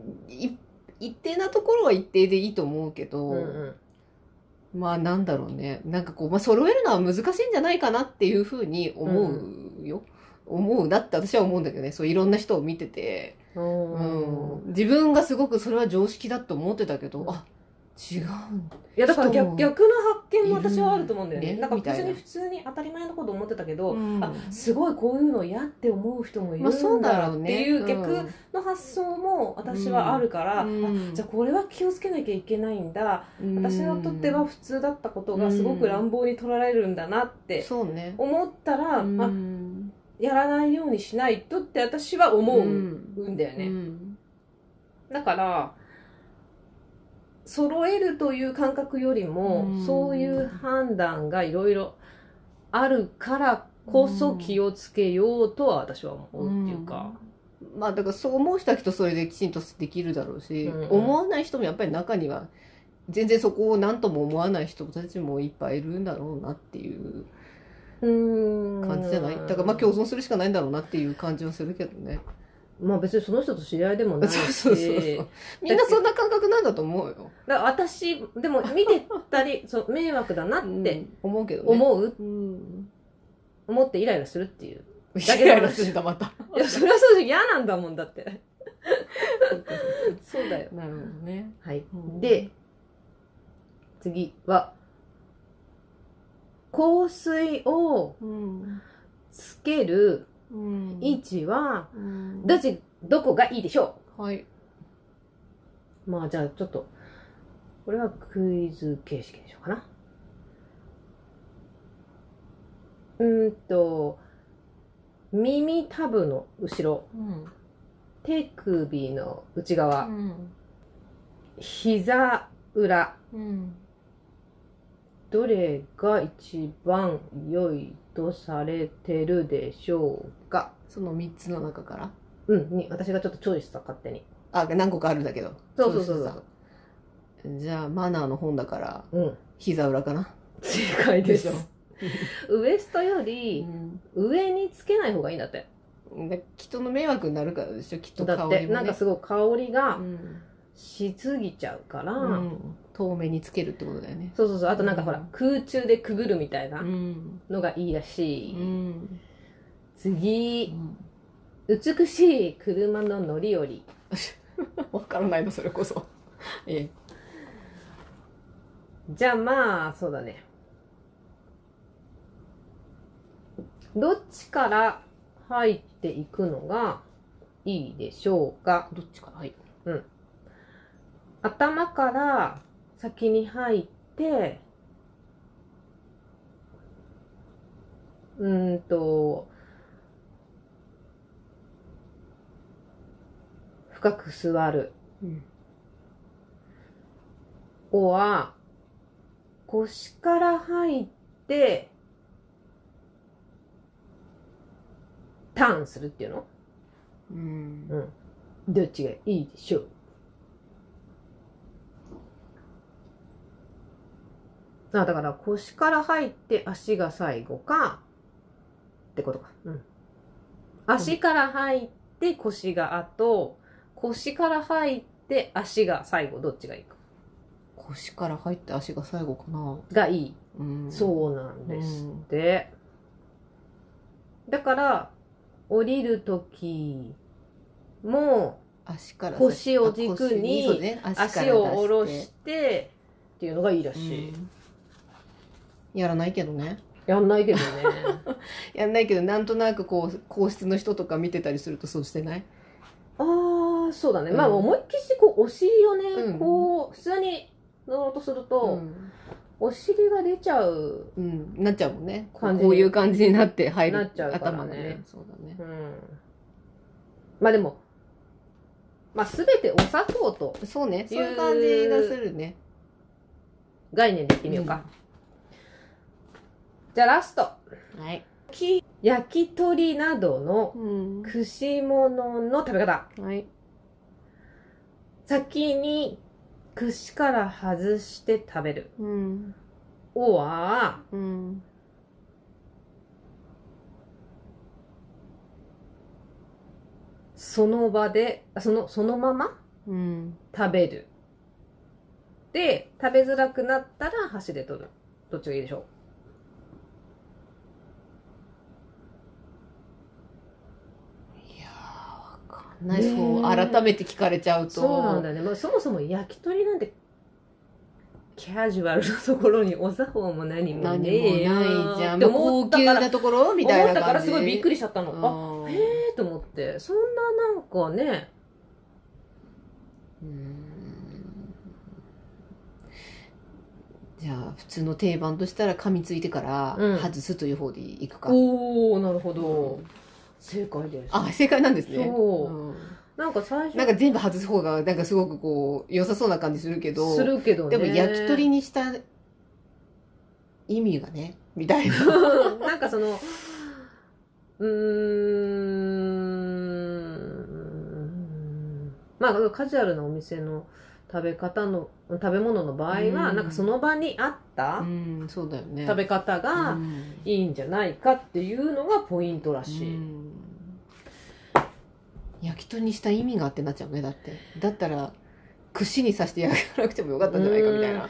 [SPEAKER 2] 一定なところは一定でいいと思うけど、
[SPEAKER 1] うんうん
[SPEAKER 2] まあなんだろうね、なんかこう、まあ揃えるのは難しいんじゃないかなっていうふうに思うよ。思うなって私は思うんだけどね、そういろんな人を見てて。
[SPEAKER 1] うん
[SPEAKER 2] うん自分がすごくそれは常識だと思ってたけど、あ違うんだ
[SPEAKER 1] いやだから
[SPEAKER 2] 人
[SPEAKER 1] 逆
[SPEAKER 2] も
[SPEAKER 1] 逆の発見も私はあると思うんだよね
[SPEAKER 2] いるね
[SPEAKER 1] なんか別
[SPEAKER 2] みたい
[SPEAKER 1] に
[SPEAKER 2] な
[SPEAKER 1] 普通に当たり前のこと思ってたけど、
[SPEAKER 2] うん
[SPEAKER 1] あすごいこういうの嫌って思う人もいる
[SPEAKER 2] まあそうんだ
[SPEAKER 1] だ
[SPEAKER 2] ろう
[SPEAKER 1] って
[SPEAKER 2] ね
[SPEAKER 1] いう
[SPEAKER 2] うん
[SPEAKER 1] 逆の発想も私はあるから、
[SPEAKER 2] うん
[SPEAKER 1] あじゃあこれは気をつけなきゃいけないんだ、私にとっては普通だったことがすごく乱暴に取られるんだな
[SPEAKER 2] う
[SPEAKER 1] っ
[SPEAKER 2] ん
[SPEAKER 1] て
[SPEAKER 2] そうね
[SPEAKER 1] 思ったら、
[SPEAKER 2] う
[SPEAKER 1] あ
[SPEAKER 2] ん
[SPEAKER 1] やらないようにしないとって私は思
[SPEAKER 2] う
[SPEAKER 1] うんんだよね。
[SPEAKER 2] うん
[SPEAKER 1] だから揃えるという感覚よりも、
[SPEAKER 2] うん
[SPEAKER 1] そういう判断がいろいろあるからこそ気をつけようとは私は思うっていうか、
[SPEAKER 2] まあだからそう思う人はきっとそれできちんとできるだろうし、
[SPEAKER 1] うん
[SPEAKER 2] 思わない人もやっぱり中には全然そこを何とも思わない人たちもいっぱいいるんだろうなっていう
[SPEAKER 1] うん
[SPEAKER 2] 感じじゃない、だからまあ共存するしかないんだろうなっていう感じはするけどね、
[SPEAKER 1] まあ別にその人と知り合いでも な
[SPEAKER 2] そ
[SPEAKER 1] いうし
[SPEAKER 2] そうそうそうみんなそんな感覚なんだと思うよ
[SPEAKER 1] だから私でも見てた りそう迷惑だなっ
[SPEAKER 2] う
[SPEAKER 1] て
[SPEAKER 2] ん思うけどね
[SPEAKER 1] 思う、
[SPEAKER 2] うん。
[SPEAKER 1] 思ってイライラするっていう
[SPEAKER 2] だけイライラするんだ、また。
[SPEAKER 1] いやそれはそうじゃん嫌なんだもんだってそうだよ
[SPEAKER 2] なるほどね。
[SPEAKER 1] はい、
[SPEAKER 2] うん
[SPEAKER 1] で次は香水を
[SPEAKER 2] うん。
[SPEAKER 1] つける
[SPEAKER 2] うん
[SPEAKER 1] 位置は
[SPEAKER 2] うん
[SPEAKER 1] どっちどこがいいでしょ
[SPEAKER 2] はい。
[SPEAKER 1] うまあじゃあちょっとこれはクイズ形式でしょうかなうーんと耳たぶの後ろ
[SPEAKER 2] うん。
[SPEAKER 1] 手首の内側膝裏
[SPEAKER 2] うん。
[SPEAKER 1] どれが一番良いとされてるでしょうか
[SPEAKER 2] その三つの中から。
[SPEAKER 1] うん、に私がちょっと調理した勝手に。
[SPEAKER 2] あ、何個かあるんだけど。
[SPEAKER 1] そうそうそうそう。
[SPEAKER 2] そう。じゃあ、マナーの本だから、
[SPEAKER 1] うん、
[SPEAKER 2] 膝裏かな。
[SPEAKER 1] 正解です
[SPEAKER 2] でし。
[SPEAKER 1] ウエストより上につけない方がいいんだって。
[SPEAKER 2] で人の迷惑になるからでしょ、きっと
[SPEAKER 1] だっ
[SPEAKER 2] 香
[SPEAKER 1] て、
[SPEAKER 2] りもね。
[SPEAKER 1] なんかすごい香り
[SPEAKER 2] う
[SPEAKER 1] が
[SPEAKER 2] ん
[SPEAKER 1] しすぎちゃうから、
[SPEAKER 2] うん遠目につけるってことだよね。
[SPEAKER 1] そうそうそうあとなんかほら、
[SPEAKER 2] うん
[SPEAKER 1] 空中でくぐるみたいな
[SPEAKER 2] うん。
[SPEAKER 1] のがいいらし
[SPEAKER 2] う
[SPEAKER 1] い、
[SPEAKER 2] ん。
[SPEAKER 1] 次美しい車の乗り降り
[SPEAKER 2] わからないの、それこそ。 え
[SPEAKER 1] じゃあまあそうだねどっちから入っていくのがいいでしょうか
[SPEAKER 2] どっちからはい。
[SPEAKER 1] 頭から先に入ってうーんと深く座る
[SPEAKER 2] うん。
[SPEAKER 1] おは腰から入ってターンするっていうの
[SPEAKER 2] うん
[SPEAKER 1] うんどっちがいいでしょうあだから腰から入って足が最後かってことか。うん。足から入って腰が後、腰から入って足が最後、どっちがいいか。
[SPEAKER 2] 腰から入って足が最後かな。
[SPEAKER 1] がいい。
[SPEAKER 2] うん。
[SPEAKER 1] そうなんですって。だから、降りるときも、
[SPEAKER 2] 足から
[SPEAKER 1] 腰を軸
[SPEAKER 2] あ腰
[SPEAKER 1] に
[SPEAKER 2] そうね足から
[SPEAKER 1] 足を下ろしてっていうのがいいら
[SPEAKER 2] 出
[SPEAKER 1] し
[SPEAKER 2] して
[SPEAKER 1] い、
[SPEAKER 2] うんやらないけどね
[SPEAKER 1] やんないけど ね
[SPEAKER 2] やんないけどなんとなくこう皇室の人とか見てたりするとそうしてない
[SPEAKER 1] ああそうだね、まあ
[SPEAKER 2] うん
[SPEAKER 1] 思いっきしこうお尻をね、
[SPEAKER 2] うん
[SPEAKER 1] こう普通に乗ろうとすると、
[SPEAKER 2] ん
[SPEAKER 1] お尻が出ちゃう、
[SPEAKER 2] うん、なっちゃうもんねこ
[SPEAKER 1] 感
[SPEAKER 2] う
[SPEAKER 1] じ
[SPEAKER 2] こういう感じになって入る
[SPEAKER 1] なっちゃうからね
[SPEAKER 2] 頭がねそうだね
[SPEAKER 1] うん、まあでもまあ全てお砂糖と
[SPEAKER 2] そうねそういう感じがするね
[SPEAKER 1] 概念でいってみようか、じゃあラスト
[SPEAKER 2] はい、
[SPEAKER 1] 焼き鳥などの
[SPEAKER 2] うん
[SPEAKER 1] 串物の食べ方
[SPEAKER 2] はい、
[SPEAKER 1] 先に串から外して食べる
[SPEAKER 2] うん
[SPEAKER 1] おわ
[SPEAKER 2] うん
[SPEAKER 1] その場で、あその、そのまま
[SPEAKER 2] うん
[SPEAKER 1] 食べる。で、食べづらくなったら箸で取る。どっちがいいでしょ
[SPEAKER 2] いやーわかんない、
[SPEAKER 1] ねえ
[SPEAKER 2] そう改めて聞かれちゃう
[SPEAKER 1] う
[SPEAKER 2] と
[SPEAKER 1] そうなんだね。まあ、そもそも焼き鳥なんて、カジュアルなところにお作法も何も
[SPEAKER 2] 何も
[SPEAKER 1] ね
[SPEAKER 2] ない
[SPEAKER 1] え
[SPEAKER 2] じ
[SPEAKER 1] や
[SPEAKER 2] ゃん
[SPEAKER 1] って
[SPEAKER 2] もう
[SPEAKER 1] 思
[SPEAKER 2] 高
[SPEAKER 1] った
[SPEAKER 2] 級
[SPEAKER 1] から、
[SPEAKER 2] なところみたい
[SPEAKER 1] 思っ
[SPEAKER 2] な
[SPEAKER 1] たから
[SPEAKER 2] 感じ
[SPEAKER 1] すごいびっくりしちゃったの。あ、
[SPEAKER 2] うん
[SPEAKER 1] へえと思って。そんななんかね、
[SPEAKER 2] うーんじゃあ普通の定番としたら噛みついてから
[SPEAKER 1] うん
[SPEAKER 2] 外すという方でいくか、
[SPEAKER 1] おー、なるほど。正解です。
[SPEAKER 2] あ正解なんですね
[SPEAKER 1] そうんなんか最初
[SPEAKER 2] なんか全部外す方がなんかすごくこう良さそうな感じするけど
[SPEAKER 1] するけどね。
[SPEAKER 2] でも焼き鳥にした意味がねみたいな
[SPEAKER 1] なんかその、うーん、まあカジュアルなお店の食べ方の、食べ物の場合は、
[SPEAKER 2] うん
[SPEAKER 1] なんかその場に合った
[SPEAKER 2] うんそうだよね
[SPEAKER 1] 食べ方
[SPEAKER 2] う
[SPEAKER 1] が
[SPEAKER 2] ん
[SPEAKER 1] いいんじゃないかっていうのがポイントらしい。
[SPEAKER 2] うん焼き鳥にした意味があってなっちゃうねだってだったら串に刺して焼かなくてもよかったんじゃないかみたいな感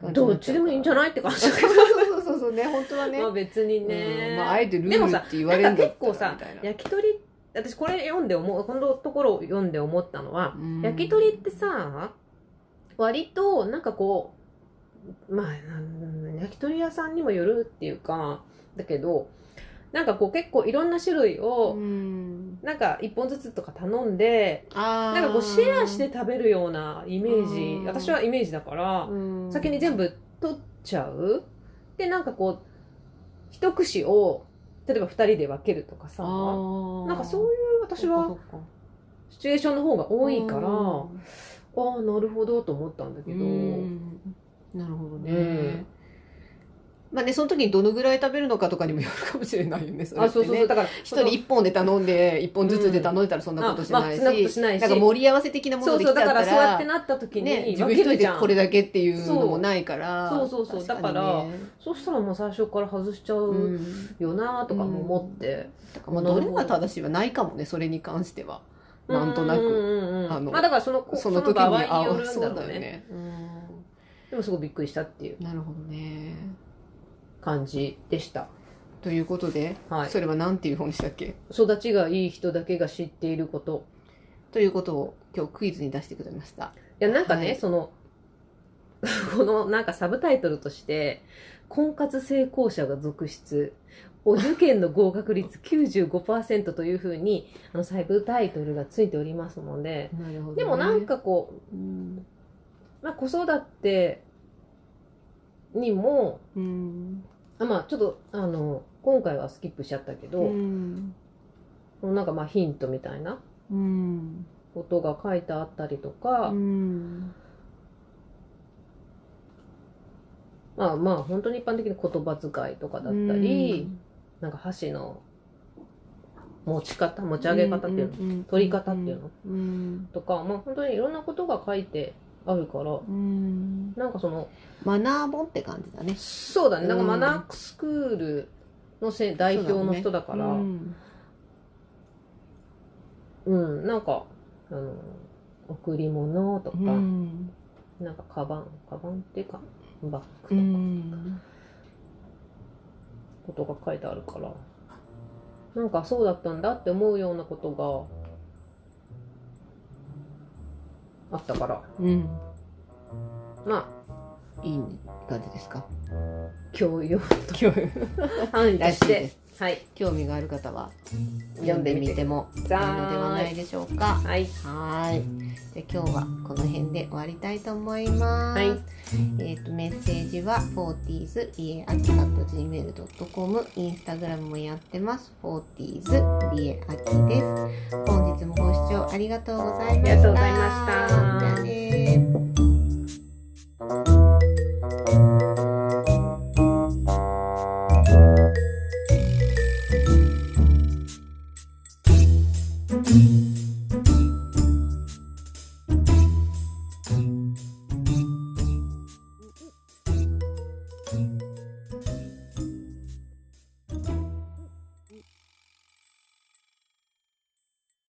[SPEAKER 2] じに
[SPEAKER 1] ど
[SPEAKER 2] な
[SPEAKER 1] っちでもいいんじゃ
[SPEAKER 2] い
[SPEAKER 1] ないって感じ
[SPEAKER 2] そう
[SPEAKER 1] だけど。
[SPEAKER 2] そうそうそうね本当はね、
[SPEAKER 1] まあ別に
[SPEAKER 2] う
[SPEAKER 1] ね
[SPEAKER 2] ん。まあ、あえてルールって言われる
[SPEAKER 1] なんん
[SPEAKER 2] だ
[SPEAKER 1] か
[SPEAKER 2] っ
[SPEAKER 1] 結
[SPEAKER 2] た
[SPEAKER 1] 構
[SPEAKER 2] ら
[SPEAKER 1] さ
[SPEAKER 2] みたいな
[SPEAKER 1] 焼き鳥、私これ読んで思う、このところを読んで思ったのは、
[SPEAKER 2] うん
[SPEAKER 1] 焼き鳥ってさ割となんかこうまあなん焼き鳥屋さんにもよるっていうかだけどなんかこう結構いろんな種類
[SPEAKER 2] う
[SPEAKER 1] を、
[SPEAKER 2] ん
[SPEAKER 1] なんか1本ずつとか頼んで
[SPEAKER 2] あ
[SPEAKER 1] なんかこうシェアして食べるようなイメー
[SPEAKER 2] うん
[SPEAKER 1] ジ私はイメージだから、先に全部取っちゃうでなんかこう一串を例えば2人で分けるとかさな
[SPEAKER 2] なん
[SPEAKER 1] かそういう私はシチュエーションの方が多いから。ああなるほどと思ったんだけど、
[SPEAKER 2] うんなるほどね、
[SPEAKER 1] うん
[SPEAKER 2] まあねその時にどのぐらい食べるのかとかにもよるかもしれないよねそれ
[SPEAKER 1] あ
[SPEAKER 2] って
[SPEAKER 1] そう
[SPEAKER 2] ね
[SPEAKER 1] そうそうだから
[SPEAKER 2] 一人一本で頼んで一本ずつで頼んでたらそんなことしないし,、
[SPEAKER 1] あまあそんなことしないし
[SPEAKER 2] んか盛り合わせ的なも
[SPEAKER 1] そ
[SPEAKER 2] の
[SPEAKER 1] う
[SPEAKER 2] でき
[SPEAKER 1] そ
[SPEAKER 2] ちゃ
[SPEAKER 1] う
[SPEAKER 2] っ
[SPEAKER 1] だ
[SPEAKER 2] た
[SPEAKER 1] かららそうやってなった時
[SPEAKER 2] ね、
[SPEAKER 1] に
[SPEAKER 2] 自
[SPEAKER 1] 分
[SPEAKER 2] 分一
[SPEAKER 1] け
[SPEAKER 2] 人
[SPEAKER 1] るじ
[SPEAKER 2] で
[SPEAKER 1] ゃん、
[SPEAKER 2] これだけっていうのもないから
[SPEAKER 1] そうそうそうそう
[SPEAKER 2] 確にね
[SPEAKER 1] だからそうしたらもう最初から外しちゃう
[SPEAKER 2] うん
[SPEAKER 1] よなとかも思って、
[SPEAKER 2] だからまあどれが正しいはないかもねそれに関しては、なんとな
[SPEAKER 1] うん
[SPEAKER 2] く。
[SPEAKER 1] うんうん
[SPEAKER 2] あの
[SPEAKER 1] まあだからそのこ
[SPEAKER 2] その
[SPEAKER 1] そ
[SPEAKER 2] 時
[SPEAKER 1] の場
[SPEAKER 2] に、
[SPEAKER 1] 合によ
[SPEAKER 2] あ、
[SPEAKER 1] るん
[SPEAKER 2] そ
[SPEAKER 1] だ
[SPEAKER 2] う
[SPEAKER 1] ろ
[SPEAKER 2] だ
[SPEAKER 1] う
[SPEAKER 2] よ
[SPEAKER 1] ね
[SPEAKER 2] ね。うん
[SPEAKER 1] でもすごいびっくりしたっていう
[SPEAKER 2] なるほどね。
[SPEAKER 1] 感じでした
[SPEAKER 2] ということで、
[SPEAKER 1] はい
[SPEAKER 2] それは何ていう本でしたっけ
[SPEAKER 1] 育ちがいい人だけが知っていること
[SPEAKER 2] ということを今日クイズに出してくれました。
[SPEAKER 1] いやなんかね、
[SPEAKER 2] はい
[SPEAKER 1] その このなんかサブタイトルとして「婚活成功者が続出」お受験の合格率95%というふうにあのサブタイトルがついておりますので
[SPEAKER 2] なるほど、
[SPEAKER 1] でもなん、かこ
[SPEAKER 2] うん、
[SPEAKER 1] う、まあ、子育てにも
[SPEAKER 2] うん、
[SPEAKER 1] あまあちょっとあの今回はスキップしちゃったけど、
[SPEAKER 2] うん、
[SPEAKER 1] なんかまあヒントみたいな
[SPEAKER 2] うん、
[SPEAKER 1] ことが書いてあったりとか、
[SPEAKER 2] うん、
[SPEAKER 1] まあまあ本当に一般的に言葉遣いとかだったり、なんか箸の持ち方持ち上げ方っていうの、
[SPEAKER 2] の
[SPEAKER 1] 取り方っていうの、
[SPEAKER 2] うん、
[SPEAKER 1] とかまあ本当にいろんなことが書いてあるから
[SPEAKER 2] うん、
[SPEAKER 1] なんかその
[SPEAKER 2] マナー本って感じだね。
[SPEAKER 1] そうだねなんか
[SPEAKER 2] うん
[SPEAKER 1] マナースクールのせ代表の人だからう
[SPEAKER 2] うん
[SPEAKER 1] ん、なんかあの贈り物とか、
[SPEAKER 2] うん
[SPEAKER 1] なんかカバンカバンっていうかバッ
[SPEAKER 2] う
[SPEAKER 1] グとか、
[SPEAKER 2] ん
[SPEAKER 1] ことが書いてあるからなんかそうだったんだって思うようなことがあったから
[SPEAKER 2] うん、
[SPEAKER 1] ま
[SPEAKER 2] いい感じですか。
[SPEAKER 1] あ教養
[SPEAKER 2] 興
[SPEAKER 1] 範囲と
[SPEAKER 2] らしいで
[SPEAKER 1] して
[SPEAKER 2] す。
[SPEAKER 1] はい
[SPEAKER 2] 興味がある方は読んでみてもいいのではないでしょうか。
[SPEAKER 1] はい
[SPEAKER 2] はい。じゃあ今日はこの辺で終わりたいと思います。
[SPEAKER 1] はい
[SPEAKER 2] えっ、とメッセージは 40s 家あき at gmail.com インスタグラムもやってます。40s 家あきです。本日もご視聴ありがとうございました。
[SPEAKER 1] ありがとうございました
[SPEAKER 2] じゃあね